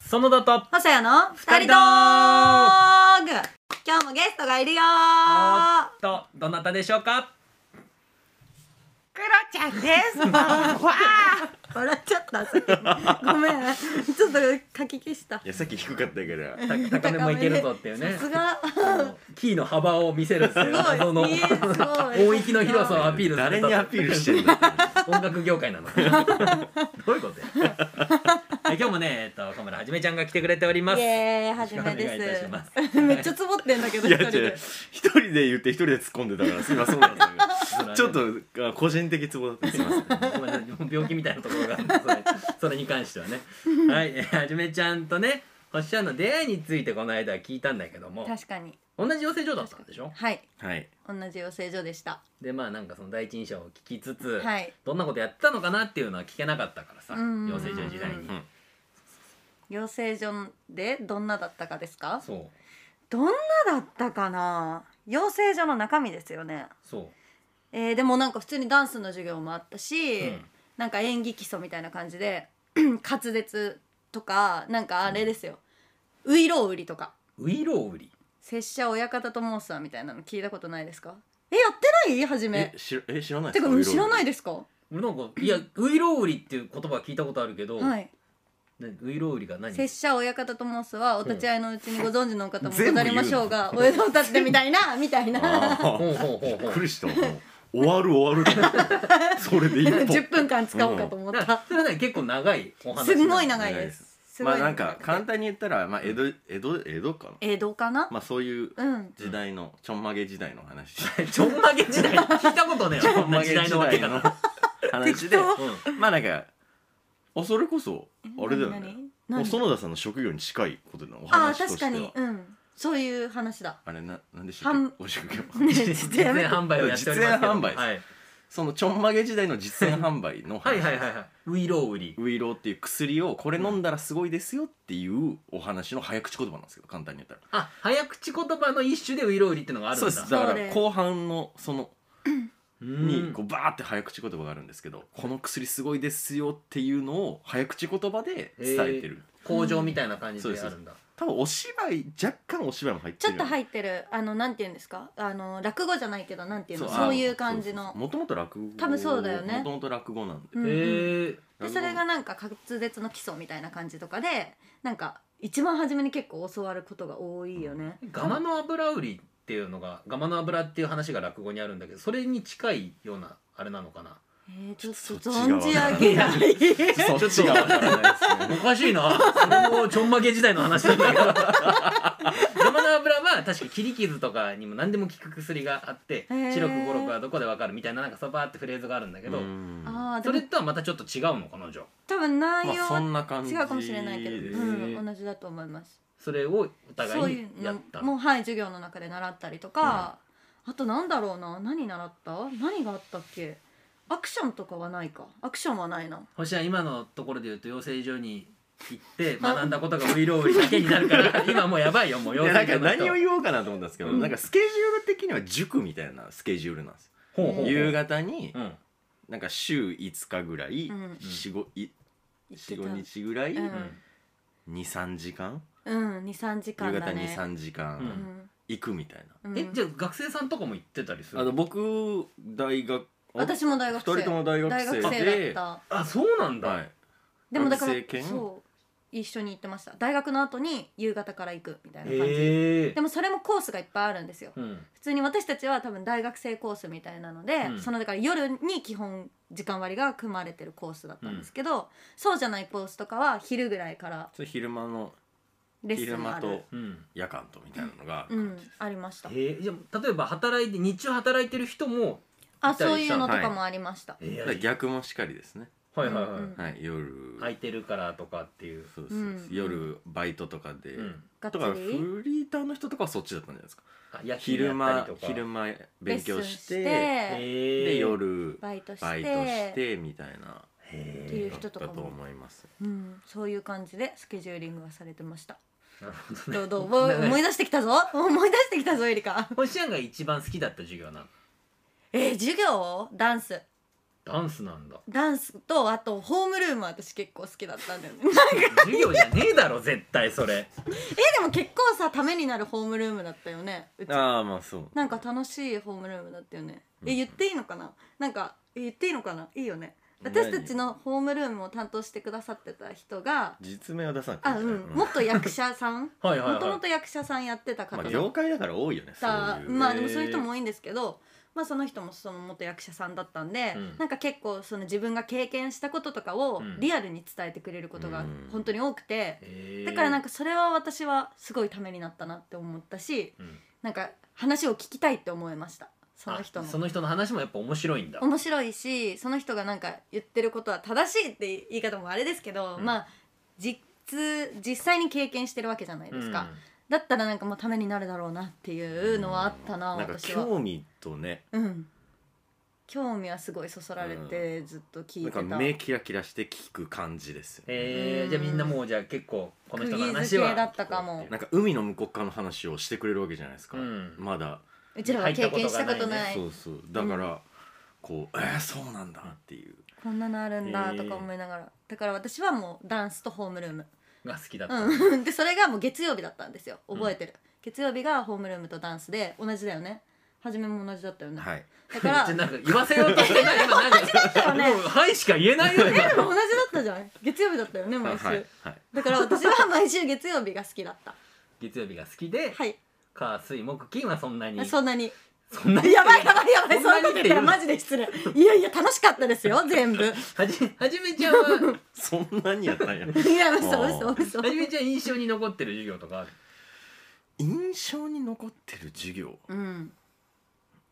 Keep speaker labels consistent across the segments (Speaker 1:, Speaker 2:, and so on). Speaker 1: 園田と
Speaker 2: 細谷の二人
Speaker 1: 二人
Speaker 2: ド
Speaker 1: ド
Speaker 2: ーグ今日もゲストがいるよー
Speaker 1: おーっとどなたでしょうか
Speaker 3: クロちゃんです。こんばんは。
Speaker 2: 笑っちゃった さっきごめんちょっと書き消した
Speaker 4: いやさっき低かったから
Speaker 1: た 高めもいけるぞっていうね
Speaker 2: さすが
Speaker 1: あのキーの幅を見せるっていう
Speaker 2: す
Speaker 1: 謎
Speaker 2: ご
Speaker 1: の
Speaker 2: い見え すごい
Speaker 1: 音域の広さをアピールする
Speaker 4: 誰にアピールしてんだって
Speaker 1: 音楽業界な のどういうことやえ今日もね、えっと、小村はじめちゃんが来てくれております
Speaker 2: イエーイ
Speaker 1: よろ
Speaker 2: は
Speaker 1: し
Speaker 2: じ
Speaker 1: くお
Speaker 2: め
Speaker 1: 願いいた
Speaker 2: で
Speaker 1: します
Speaker 2: す めっちゃつぼってんだけど
Speaker 4: い
Speaker 2: 一
Speaker 4: や
Speaker 2: 人
Speaker 4: 違う
Speaker 2: で
Speaker 4: 一人で言って一人で突っ込んでたからすいませんそうなんですよちょっとあ個人的ツボだったすいません
Speaker 1: ごめんなさい病気みたいなところがあるんでそれそれに関しては ねはいえはじめちゃんとね星ちゃんの出会いについてこの間は聞いたんだけども
Speaker 2: 確かに
Speaker 1: 同じ養成所だったんでしょ
Speaker 2: はい
Speaker 4: はい
Speaker 2: 同じ養成所でした
Speaker 1: でまあなんかその第一印象を聞きつつ、
Speaker 2: はい
Speaker 1: どんなことやってたのかなっていうのは聞けなかったからさ
Speaker 2: うん
Speaker 1: 養成所時代に、
Speaker 4: うん
Speaker 2: 養成所でどんなだったかですか
Speaker 1: そう
Speaker 2: どんなだったかな養成所の中身ですよね
Speaker 1: そ
Speaker 2: えーでもなんか普通にダンスの授業もあったし、
Speaker 1: うん
Speaker 2: なんか演技基礎みたいな感じで 滑舌とかなんかあれですよ、ういろう売りとか
Speaker 1: うウイロウ売り
Speaker 2: 拙者親方と申すわみたいなの聞いたことないですかえやってない初
Speaker 4: え
Speaker 2: め
Speaker 4: しえ知らない
Speaker 2: て
Speaker 4: です
Speaker 2: か
Speaker 4: か
Speaker 2: うん知らないいですか
Speaker 1: 俺なんか いやウイロウ売りっていう言葉は聞いたことあるけど、
Speaker 2: はい
Speaker 1: ねウイロウ売りが何
Speaker 2: 拙者親方と申すはお立ち会いのうちにご存知のお方もご
Speaker 4: 全部
Speaker 2: ざ
Speaker 4: 言うの
Speaker 2: りましょうがお江戸を立ってみたい なみたいな
Speaker 1: ほうほうほう
Speaker 4: び
Speaker 1: ほう
Speaker 4: っ くりしたもう終わる終わるとそれで一本
Speaker 2: 10分間使おうかと思っ
Speaker 1: だから
Speaker 2: た、
Speaker 1: それはね結構長いお話
Speaker 2: すんごい
Speaker 1: な
Speaker 2: 長いですすご
Speaker 4: ま
Speaker 2: い
Speaker 4: あなんか簡
Speaker 2: 長くて
Speaker 4: 単に言ったらまあ江戸江戸江戸かな
Speaker 2: 江戸かな、
Speaker 4: まあそういう
Speaker 2: うん
Speaker 4: 時代のちょんまげ時代の話
Speaker 1: ちょんまげ時代聞いたこと ねえわこんな時代の分け方
Speaker 4: 話で
Speaker 1: うん
Speaker 4: まあなんかあそれこそあれだよ
Speaker 2: 何
Speaker 4: ね
Speaker 2: 何
Speaker 4: もう
Speaker 2: 何
Speaker 4: 園田さんの職業に近いことのお
Speaker 2: ああ
Speaker 4: 話と
Speaker 2: 確
Speaker 4: して
Speaker 2: か
Speaker 4: は
Speaker 2: にうんそういう話だ
Speaker 4: あれななんでしたっ
Speaker 2: 販
Speaker 4: けお職業
Speaker 2: 実
Speaker 1: 実演販売をやっておりますけど
Speaker 4: 実演販売です
Speaker 1: はい
Speaker 4: そのちょんまげ時代の実演販売の
Speaker 1: は
Speaker 4: 話
Speaker 1: いはいはいはいウイロウ売り
Speaker 4: ウイローっていう薬をこれ飲んだらすごいですよっていうお話の早口言葉なんですけど簡単に言ったら
Speaker 1: あ早口言葉の一種でウイロウ売りってのがあるん
Speaker 4: そう
Speaker 1: だ
Speaker 4: ですだか
Speaker 2: そうで
Speaker 4: ら
Speaker 2: す
Speaker 4: 後半のそのに
Speaker 1: うん
Speaker 4: こうバーって早口言葉があるんですけどこの薬すごいですよっていうのを早口言葉で伝えてる
Speaker 1: 工場みたいな感じであるんだ
Speaker 4: 多分お芝居若干お芝居も入って
Speaker 2: ちょ
Speaker 4: る
Speaker 2: っと
Speaker 4: っ
Speaker 2: 入ってるあのなんていうんですかあの落語じゃないけどなんていうのそういう感じの
Speaker 4: もともと落語
Speaker 2: 多分そうだよね
Speaker 4: もともと落語なんで
Speaker 2: う
Speaker 1: へ
Speaker 2: んうん
Speaker 1: え
Speaker 2: でそれがなんか滑舌の基礎みたいな感じとかでなんか一番初めに結構教わることが多いよね
Speaker 1: ガマの油売りっていうのがガマの油っていう話が落語にあるんだけどそれに近いようなあれなのかな
Speaker 2: えー、ちょっと
Speaker 4: そっちが
Speaker 2: 存じ上げない
Speaker 4: そっちがわからないですね
Speaker 1: おかしいなそれもちょんまげ時代の話なんだけどガマの油は確か切り傷とかにも何でも効く薬があって
Speaker 2: へー
Speaker 1: 白く黒くはどこでわかるみたいななんかそばーってフレーズがあるんだけど
Speaker 4: うんま
Speaker 2: ああで
Speaker 1: それ
Speaker 2: も
Speaker 1: とはまたちょっと違うのかなじゃあ
Speaker 2: 多分内容
Speaker 4: あそ
Speaker 2: は
Speaker 4: んな感じ
Speaker 2: 違うかもしれないけど、
Speaker 4: です
Speaker 2: うん、同じだと思います
Speaker 1: それをお
Speaker 2: そう
Speaker 1: 互い
Speaker 2: い
Speaker 1: に
Speaker 2: う
Speaker 1: や
Speaker 2: の
Speaker 1: った
Speaker 2: もはい授業の中で習ったりとか、あとなんだろうな何習った何があったっけアクションとかはないかアクションはないな
Speaker 1: 星は今のところで言うと養成所に行って学んだことがウイロウリだけになるから今もうやばいよもう養
Speaker 4: いやなん
Speaker 1: 成
Speaker 4: か
Speaker 1: 所の人
Speaker 4: 何を言おうかなと思ったんですけど、
Speaker 1: うん
Speaker 4: なんかスケジュール的には塾みたいなスケジュールなんです、
Speaker 1: ほうほうほう
Speaker 4: 夕方に
Speaker 1: うん
Speaker 4: なんか週5日ぐらい、
Speaker 2: うん
Speaker 4: 四五い
Speaker 2: 言って
Speaker 4: 四
Speaker 2: た
Speaker 4: 五日ぐらい、
Speaker 2: うん
Speaker 4: 二三23時間
Speaker 2: うん23時間
Speaker 4: 夕
Speaker 2: だ
Speaker 4: 方
Speaker 2: ね
Speaker 4: 23時
Speaker 1: う
Speaker 2: う
Speaker 4: 間
Speaker 2: ん
Speaker 4: 行くみたいな、
Speaker 2: うん
Speaker 1: えじゃあ学生さんとかも行ってたりす
Speaker 4: あの
Speaker 1: る
Speaker 4: 僕大学
Speaker 2: 私も大
Speaker 4: 2
Speaker 2: 学
Speaker 4: 人と
Speaker 2: 生
Speaker 4: も大学
Speaker 2: 大
Speaker 4: 生
Speaker 2: 学生
Speaker 4: で
Speaker 2: だっ
Speaker 1: あそうなんだ、
Speaker 4: はい、
Speaker 2: たでもだから
Speaker 4: 学生兼
Speaker 2: そう一緒に行ってました大学の後に夕方から行くみたいな感じ、
Speaker 1: へえ
Speaker 2: でもそれもコースがいっぱいあるんですよ
Speaker 1: うん
Speaker 2: 普通に私たちは多分大学生コースみたいなので、
Speaker 1: うん
Speaker 2: そのだから夜に基本時間割が組まれてるコースだったんですけど、そうじゃないコースとかは昼ぐらいから
Speaker 4: それ昼間の
Speaker 2: レッス
Speaker 4: 昼
Speaker 2: ンがあ
Speaker 4: 間
Speaker 2: る
Speaker 4: と
Speaker 1: うん
Speaker 4: 夜間とみたいなのが、
Speaker 2: うんありました
Speaker 1: へえじゃあ例えば働いて日中働いてる人も
Speaker 2: あ
Speaker 1: 行ったり
Speaker 2: そういうのと
Speaker 4: した
Speaker 2: かもありました、
Speaker 1: え
Speaker 4: だから逆もしかりですね、
Speaker 1: はいはいはい、
Speaker 2: うん
Speaker 4: はい、夜、
Speaker 1: 空いてるからとかっていう、
Speaker 4: そうそうそう
Speaker 2: うん
Speaker 4: 夜バイトとかで、
Speaker 1: うん、
Speaker 2: がっ
Speaker 4: だから
Speaker 2: つり
Speaker 4: フリーターの人とかはそっちだったんじゃないですか
Speaker 1: あ夜勤
Speaker 4: 昼
Speaker 1: やっ
Speaker 4: 間
Speaker 1: たりとか
Speaker 4: 昼間勉強して
Speaker 2: レッスンして
Speaker 1: へえ
Speaker 4: で夜
Speaker 2: バイトして
Speaker 4: バイトしてみたいな
Speaker 1: へ
Speaker 2: って
Speaker 1: え
Speaker 2: いう
Speaker 4: だっ
Speaker 2: 人と
Speaker 4: たと
Speaker 2: かも
Speaker 4: 思います
Speaker 2: うん、そういう感じでスケジューリングがされてました
Speaker 1: なるほどね
Speaker 2: どうどうもう思い出してきたぞ思い出してきたぞエリカ
Speaker 1: 星ちゃんが一番好きだった授業なの
Speaker 2: えー、授業ダンス
Speaker 1: ダンスなんだ
Speaker 2: ダンスとあとホームルーム私結構好きだったんだよね
Speaker 1: 授業じゃねえだろ絶対それ
Speaker 2: えでも結構さためになるホームルームだったよねうち
Speaker 4: ああまあそう
Speaker 2: なんか楽しいホームルームだったよねえ言っていいのかななんかえ言っていいのかないいよね私たちのホームルームを担当してくださってた人が
Speaker 4: 実名は出さなくてい
Speaker 2: あ
Speaker 4: い
Speaker 2: うん
Speaker 4: じゃない
Speaker 2: もっと役者さん
Speaker 1: はいはい
Speaker 2: もと
Speaker 1: は
Speaker 2: もと役者さんやってた
Speaker 4: ま
Speaker 2: 方
Speaker 4: あ
Speaker 2: だ
Speaker 4: 業界だから多いよねそう
Speaker 2: た
Speaker 4: いう
Speaker 2: まあ
Speaker 1: へー
Speaker 2: でもそういう人も多いんですけど、まあ、その人もその元役者さんだったんで、
Speaker 1: うん
Speaker 2: なんか結構その自分が経験したこととかを
Speaker 1: うん
Speaker 2: リアルに伝えてくれることが
Speaker 4: うん
Speaker 2: 本当に多くて、
Speaker 1: い
Speaker 2: だからなん
Speaker 1: か、
Speaker 2: かそれは私はすごいためになったなって思ったし
Speaker 1: うん
Speaker 2: なんか話を聞きたいって思いましたその人
Speaker 1: あ
Speaker 2: の。
Speaker 1: その人の話もやっぱ面白いんだ
Speaker 2: 面白いしその人がなんか言ってることは正しいって言い方もあれですけど、
Speaker 1: うん
Speaker 2: まあ実実際に経験してるわけじゃないですか、だったらなんかもうためになるだろうなっていうのはあったな、
Speaker 4: なんか
Speaker 2: 私は
Speaker 4: 興味とね
Speaker 2: うん興味はすごいそそられてずっと聞
Speaker 4: ないん
Speaker 2: て
Speaker 4: か
Speaker 2: た、
Speaker 4: 目キラキラして聞く感じですよね
Speaker 1: え
Speaker 2: う
Speaker 1: ー、
Speaker 2: ん
Speaker 1: じゃあみんなもうじゃあ結構この人の
Speaker 2: 釘
Speaker 1: 話
Speaker 2: 付
Speaker 1: は
Speaker 2: けだったかも
Speaker 4: なんか海の向こう側の話をしてくれるわけじゃないですか、
Speaker 1: うん
Speaker 4: まだ
Speaker 2: うちらは経験したことない
Speaker 4: そうそうだから、こうえー、そうなんだっていう
Speaker 2: こんなのあるんだとか思いながら、だから私はもうダンスとホームルーム、
Speaker 1: が好きだった、
Speaker 2: うん、で それがもう月曜日だったんですよ覚えてる、月曜日がホームルームとダンスで同じだよね初めも同じだったよね、
Speaker 4: はい
Speaker 2: だから
Speaker 1: ちょ
Speaker 2: で
Speaker 1: なんか言わせようとしてない今な んか
Speaker 2: よね
Speaker 1: もうはいしか言えないよね
Speaker 2: も同じだったじゃん月曜日だったよね
Speaker 4: は
Speaker 2: 毎
Speaker 4: い
Speaker 2: 週、
Speaker 4: はいはい
Speaker 2: だから私は毎週月曜日が好きだった
Speaker 1: 月曜日が好きで
Speaker 2: はい
Speaker 1: 火水木金はそんなに
Speaker 2: そんなに
Speaker 1: そんなに
Speaker 2: やばいやばいやば
Speaker 1: そ
Speaker 2: い
Speaker 1: んなに
Speaker 2: そんなこと言ったらマジで失礼いやいや楽しかったですよ全部
Speaker 1: はじはじめちゃんは
Speaker 4: そんなにやったんや
Speaker 2: いや嘘嘘嘘
Speaker 1: はじめちゃん印象に残ってる授業とかある
Speaker 4: 印象に残ってる授業
Speaker 2: うん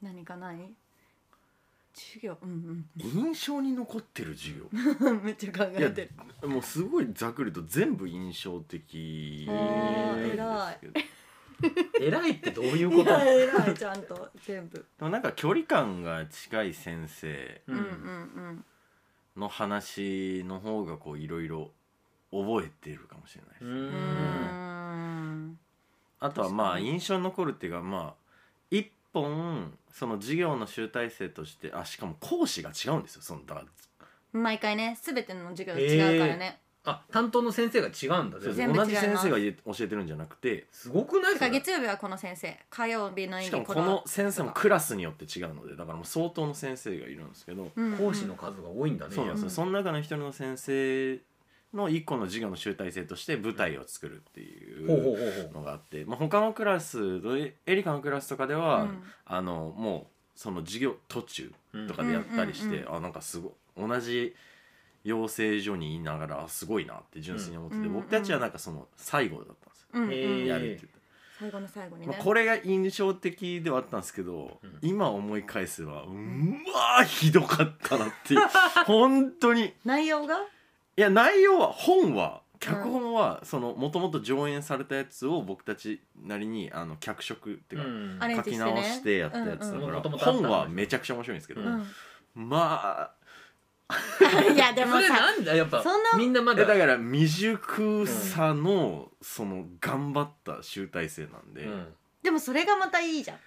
Speaker 2: 何かない授業うん
Speaker 4: 印象に残って る授業
Speaker 2: うんめっちゃ考
Speaker 4: い
Speaker 2: えてる
Speaker 4: やもうすごいざっくりと全部印象的
Speaker 2: あー
Speaker 4: なんですけど
Speaker 1: 偉いってどういう
Speaker 2: い
Speaker 1: こと
Speaker 2: や偉いちゃんと全部
Speaker 4: でもなんか距離感が近い先生
Speaker 2: うんうんうん
Speaker 4: の話の方がこういろいろ覚えてるかもしれないです、
Speaker 1: う
Speaker 2: う
Speaker 1: ー
Speaker 2: ー
Speaker 1: ん
Speaker 2: ん
Speaker 4: あとはまあ
Speaker 2: 確かに
Speaker 4: 印象に残るっていうかまあ一本その授業の集大成としてあしかも講師が違うんですよそのだから
Speaker 2: 毎回ね全ての授業違うからね、
Speaker 1: あ担当の先生が違うんだ全然
Speaker 2: 全部
Speaker 4: 同
Speaker 2: 違い
Speaker 4: じ
Speaker 2: ます
Speaker 4: 先生が言え教えてるんじゃなくて
Speaker 1: すごくない
Speaker 2: だ
Speaker 1: そ
Speaker 2: か
Speaker 1: れ
Speaker 2: ら月曜日はこの先生火曜日の演
Speaker 4: しか
Speaker 2: 技
Speaker 4: もこの先生もクラスによって違うのでだからもう相当の先生がいるんですけど、
Speaker 2: うんうん
Speaker 1: 講師の数が多いんだね
Speaker 4: そうなんですよ、
Speaker 2: うん
Speaker 4: その中の一人の先生の一個の授業の集大成として舞台を作るってい
Speaker 1: ほうほう
Speaker 4: う
Speaker 1: ほうほ
Speaker 4: のがあって、まあ、他のクラスエエリカのクラスとかで
Speaker 2: う
Speaker 4: は、
Speaker 2: ん
Speaker 4: あのもうその授業途中
Speaker 1: う
Speaker 4: とかでやったりして、
Speaker 2: うんうんうん
Speaker 4: あなんかすごい同じ養成所にいながらあすごいなって純粋に思ってて、
Speaker 2: うん
Speaker 4: 僕たちはなんかその最後だったんですよ、
Speaker 2: うんうん
Speaker 1: えー
Speaker 4: やるって言って。
Speaker 2: 最後の最後に
Speaker 4: ま
Speaker 2: ね、
Speaker 4: あ、これが印象的ではあったんですけど、
Speaker 1: うん
Speaker 4: 今思い返せばうまあひどかったな っていう本当にい
Speaker 2: 内容が
Speaker 4: や内容は本は脚本はそのもともと上演されたやつを僕たちなりにあの脚色っていうか、
Speaker 1: ん
Speaker 2: あれ
Speaker 4: 書き直してやったやつだから、
Speaker 1: うんうん元々あったんです
Speaker 4: 本はめちゃくちゃ面白いんですけど、
Speaker 1: う
Speaker 2: う
Speaker 4: ま
Speaker 2: ん、い やでも
Speaker 1: それ
Speaker 2: さ
Speaker 1: なんだやっぱ
Speaker 2: そんな
Speaker 1: みんな
Speaker 4: あ
Speaker 1: ま
Speaker 4: え
Speaker 1: だ
Speaker 4: だから未熟さのその頑張った集大成なんで、
Speaker 1: うん
Speaker 2: でもそれがまたいいじゃん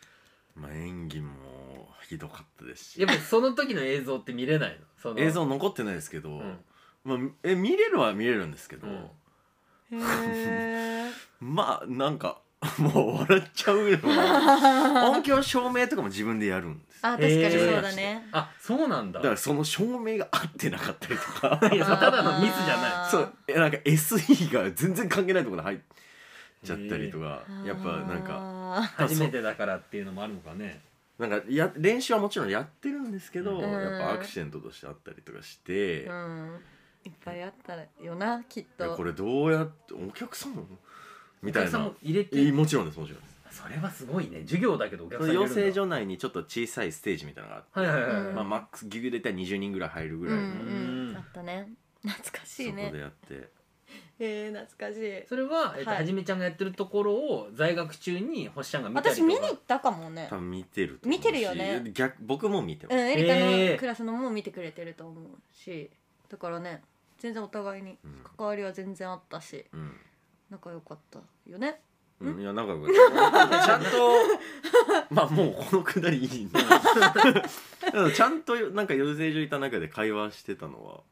Speaker 4: まあ、演技もひどかったですし
Speaker 1: やっぱその時の映像って見れないのその
Speaker 4: 映像残ってないですけど、
Speaker 1: うん
Speaker 4: まあ、え見れるは見れるんですけど、
Speaker 1: うん
Speaker 2: へ
Speaker 4: まあなんか もう笑っちゃうような 音響照明とかも自分でやるんです
Speaker 2: あ
Speaker 4: だ
Speaker 2: 確かにそうだね、
Speaker 1: あそうなんだ
Speaker 4: からその照明が合ってなかったりとか
Speaker 1: いやただのミスじゃない
Speaker 2: あー
Speaker 4: そうえなんか SE が全然関係ないところに入っちゃったりとか、やっぱなんか
Speaker 2: か
Speaker 1: 初めてだからっていうのもあるのかね
Speaker 4: なんかや練習はもちろんやってるんですけど、
Speaker 1: うん
Speaker 4: やっぱアクシデントとしてあったりとかして、
Speaker 2: うんいっぱいあったよなきっ
Speaker 4: いや
Speaker 2: と
Speaker 4: これどうやってお客さんみた
Speaker 1: お
Speaker 4: い
Speaker 1: 客さん
Speaker 4: な
Speaker 1: も。入れ
Speaker 4: い
Speaker 1: て
Speaker 4: いもちろんですもちろんです
Speaker 1: それはすごいね授業だけどお客
Speaker 4: そ
Speaker 1: さん
Speaker 4: の
Speaker 1: 入れる
Speaker 4: 養
Speaker 1: んだ
Speaker 4: 成所内にちょっと小さいステージみたいなのがあって
Speaker 1: はいはいはい、
Speaker 2: うん
Speaker 4: まあ、マックスギュギュで大体20人ぐらい入るぐらいの、
Speaker 2: うんうんあったね懐か
Speaker 4: そ
Speaker 2: しい
Speaker 4: こ
Speaker 2: ね
Speaker 4: でやって
Speaker 2: えー、懐かしい
Speaker 1: それは、えっと
Speaker 2: はい
Speaker 1: はじめちゃんがやってるところを在学中に星ちゃんが見たり
Speaker 2: 私
Speaker 1: とか
Speaker 2: 見に行ったかもね
Speaker 4: 多分見てると思うし
Speaker 2: 見てるよね
Speaker 4: 逆僕も見てま
Speaker 2: う
Speaker 4: す、
Speaker 2: んエリカ
Speaker 1: えー
Speaker 2: のクラスのも見てくれてると思うしだからね全然お互いに
Speaker 4: うん
Speaker 2: 関わりは全然あったし
Speaker 4: うん
Speaker 2: 仲良かったよね
Speaker 4: うん、いや仲良かったちゃんと まあもうこのくだりいいな でもちゃんとなんか養成所いた中で会話してたの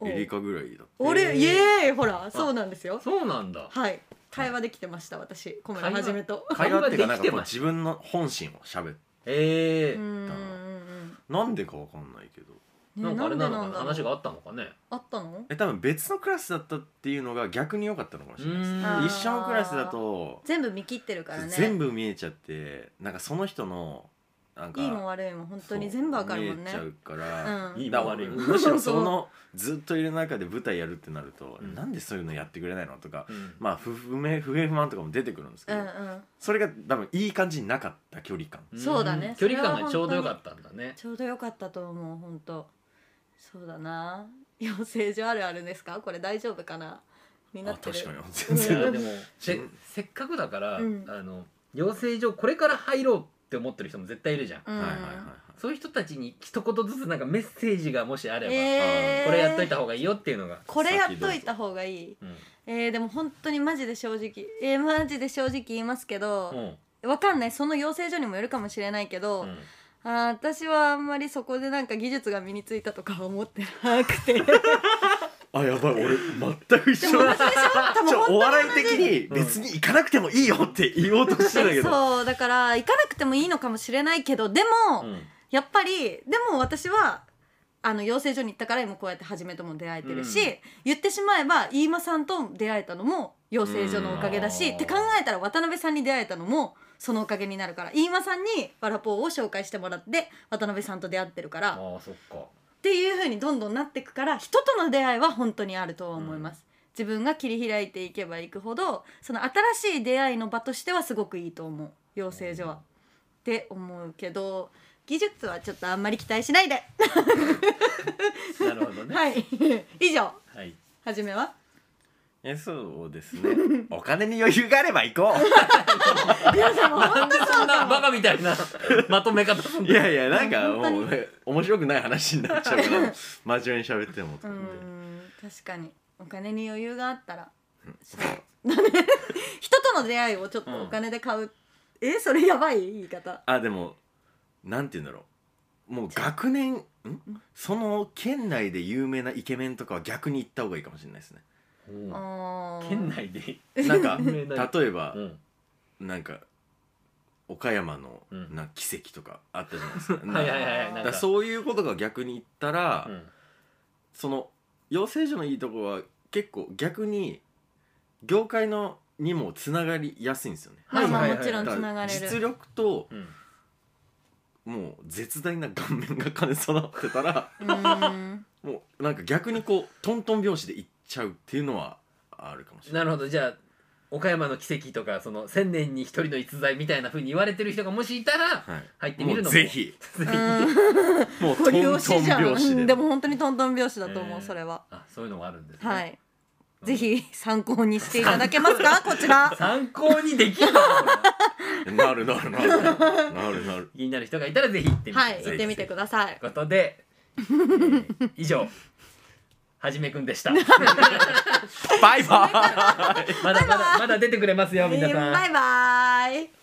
Speaker 4: はエリカぐらいだった
Speaker 1: へ
Speaker 2: 俺
Speaker 1: ー
Speaker 2: イエーイほらそうなんですよ
Speaker 1: そうなんだ
Speaker 2: はい会話できてました私小村
Speaker 1: 会話
Speaker 2: はじめと
Speaker 4: 会話っていうかなん
Speaker 1: 会話
Speaker 4: か
Speaker 1: できて
Speaker 4: こう
Speaker 1: ました
Speaker 4: 自分の本心を喋って
Speaker 1: ええ
Speaker 2: うんう
Speaker 1: ー
Speaker 2: んうん
Speaker 4: なんでかわかんないけど
Speaker 2: うん
Speaker 1: なんかあれなのかな
Speaker 2: ねなんでなんだ
Speaker 1: 話
Speaker 2: ろう
Speaker 1: があったのかね
Speaker 2: あったの
Speaker 4: え多分別のクラスだったっていうのが逆に良かったのかもしれないです
Speaker 1: う
Speaker 4: ね
Speaker 1: ーん
Speaker 4: 一緒のクラスだと
Speaker 2: 全部見切ってるからね
Speaker 4: 全部見えちゃってなんかその人のなんか
Speaker 2: いいも悪いも本当に全部わかるもん
Speaker 4: 見え
Speaker 2: ね
Speaker 4: ちゃうから、
Speaker 2: うん
Speaker 1: いいも
Speaker 4: だから
Speaker 1: 悪いも
Speaker 4: むしろそ
Speaker 2: そう
Speaker 4: のずっといる中で舞台やるってなると、
Speaker 1: うん
Speaker 4: なんでそういうのやってくれないのとか、
Speaker 1: うん
Speaker 4: まあ不不明不平不満とかも出てくるんですけ
Speaker 2: う
Speaker 4: ど、
Speaker 2: んうん
Speaker 4: それが多分いい感じになかった距離感、
Speaker 1: うん
Speaker 2: そうだね
Speaker 1: 距離感がちょうどよかったんだね
Speaker 2: ちょうどよかったと思う本当そうだな養成所あるあるですかこれ大丈夫かなにな
Speaker 4: あ
Speaker 2: ってる
Speaker 4: 確かに
Speaker 2: う
Speaker 4: 全
Speaker 2: ん
Speaker 1: いや
Speaker 4: 然
Speaker 1: でもせ
Speaker 4: うん
Speaker 1: せっかくだから、
Speaker 2: うん
Speaker 1: あの養成所これから入ろうって思ってる人も絶対いるじゃん、
Speaker 2: うん
Speaker 4: はいはいはいはい
Speaker 1: そういう人たちに一言ずつなんかメッセージがもしあれば、
Speaker 2: えー
Speaker 1: これやっといた方がいいよっていうのが、
Speaker 2: これやっといた方がいい
Speaker 1: うん
Speaker 2: えー、でも本当にマジで正直えー、マジで正直言いますけ
Speaker 1: う
Speaker 2: ど、
Speaker 1: ん
Speaker 2: わかんないその養成所にもよるかもしれないけど、
Speaker 1: うん
Speaker 2: あー私はあんまりそこでなんか技術が身についたとかは思ってなくて
Speaker 4: あやばい俺全く一緒
Speaker 2: 多
Speaker 4: だち
Speaker 2: 分
Speaker 4: ょお
Speaker 2: 本
Speaker 4: 笑い的に別に行かなくてもいいよって言おうとし
Speaker 2: 当
Speaker 4: てた
Speaker 2: に
Speaker 4: けど、
Speaker 2: そうだから行かなくてもいいのかもしれないけどでも、
Speaker 1: うん
Speaker 2: やっぱりでも私はあの養成所に行ったから今こうやって初めとも出会えてるし、
Speaker 1: うん
Speaker 2: 言ってしまえば飯間さんと出会えたのも養成所のおかげだし、
Speaker 1: うん
Speaker 2: って考えたら渡辺さんに出会えたのもそのおかげになるから飯間さんにワラポーを紹介してもらって渡辺さんと出会ってるか
Speaker 1: あ
Speaker 2: らっ
Speaker 1: あそっか
Speaker 2: ていう風にどんどんなっていくから人との出会いは本当にあるとは思います。自分が切り開いていけばいくほどその新しい出会いの場としてはすごくいいと思う養成所は。って思うけど技術はちょっとあんまり期待しないで
Speaker 1: なるほどねはい、
Speaker 2: はい、 以上、はじめは。
Speaker 4: えそうですねお金に余裕があれば行こう
Speaker 1: なんでそんなバカみたいなまとめ方すんの
Speaker 4: いやいやなんか
Speaker 2: 本当に
Speaker 4: もうね面白くない話になっちゃうから真面目に喋ってもと
Speaker 2: う
Speaker 4: 思って
Speaker 2: ん、確かに、お金に余裕があったら。そう。なんで人との出会いをちょっとお金で買う。え、それやばい言い方。
Speaker 4: あでもなんて言うんだろうもう学年んその県内で有名なイケメンとかは逆に行った方がいいかもしれないですね
Speaker 1: うん
Speaker 2: あー
Speaker 1: 県。内で
Speaker 4: なんか
Speaker 1: 有名な
Speaker 4: 例えば
Speaker 1: うん
Speaker 4: なんか岡山の
Speaker 1: うん
Speaker 4: なんか奇跡とかあったじゃないですか
Speaker 1: はいはいはい
Speaker 2: あー
Speaker 1: なん
Speaker 4: だか
Speaker 1: から
Speaker 4: そういうことが逆に言ったら、
Speaker 1: うん
Speaker 4: その養成所のいいとこは結構逆に業界のにもつながりやすいんですよね。
Speaker 2: まあま
Speaker 1: は
Speaker 2: あ、
Speaker 1: いはい
Speaker 2: も
Speaker 1: はい
Speaker 2: ちろん
Speaker 4: だ
Speaker 2: つ
Speaker 4: か
Speaker 2: なが
Speaker 4: ら
Speaker 2: れ
Speaker 4: 実
Speaker 2: る。
Speaker 4: 力と
Speaker 1: うん
Speaker 4: もう絶大な顔面が兼ね備わってたら
Speaker 2: うん。
Speaker 4: もうなんか逆にこうトントン拍子でいっちゃうっていうのはあるかもしれな
Speaker 1: な
Speaker 4: い。
Speaker 1: るほどじゃあ岡山の奇跡とかその千年に一人の逸材みたいなふうに言われてる人がもしいたら
Speaker 4: はい、
Speaker 1: 入ってみ
Speaker 4: も
Speaker 1: る
Speaker 4: う
Speaker 1: のも
Speaker 4: ぜひ
Speaker 2: うん
Speaker 4: もうト
Speaker 2: ご
Speaker 4: ント
Speaker 2: 利
Speaker 4: ン
Speaker 2: 用しじゃん。
Speaker 4: 拍
Speaker 2: う
Speaker 4: 子で
Speaker 2: んでも、本当にトントン拍子だと思
Speaker 1: え
Speaker 2: う、
Speaker 1: ー
Speaker 2: それは。
Speaker 1: あそういうのもあるんですね
Speaker 2: はい。
Speaker 1: うん
Speaker 2: ぜひ参考にしていただけ ますか、こちら。
Speaker 1: 参考にできるのかこれ
Speaker 4: なるなるなるなるなる。
Speaker 1: 気になる人がいたらぜひ行ってみてくだ
Speaker 2: は
Speaker 1: さい
Speaker 2: い、
Speaker 1: とい。
Speaker 2: 行ってみてください
Speaker 1: うことで、えー以上はじめくんでした
Speaker 4: バイバイ
Speaker 1: まだまだまだ出てくれますよ皆さん
Speaker 2: バイバイ。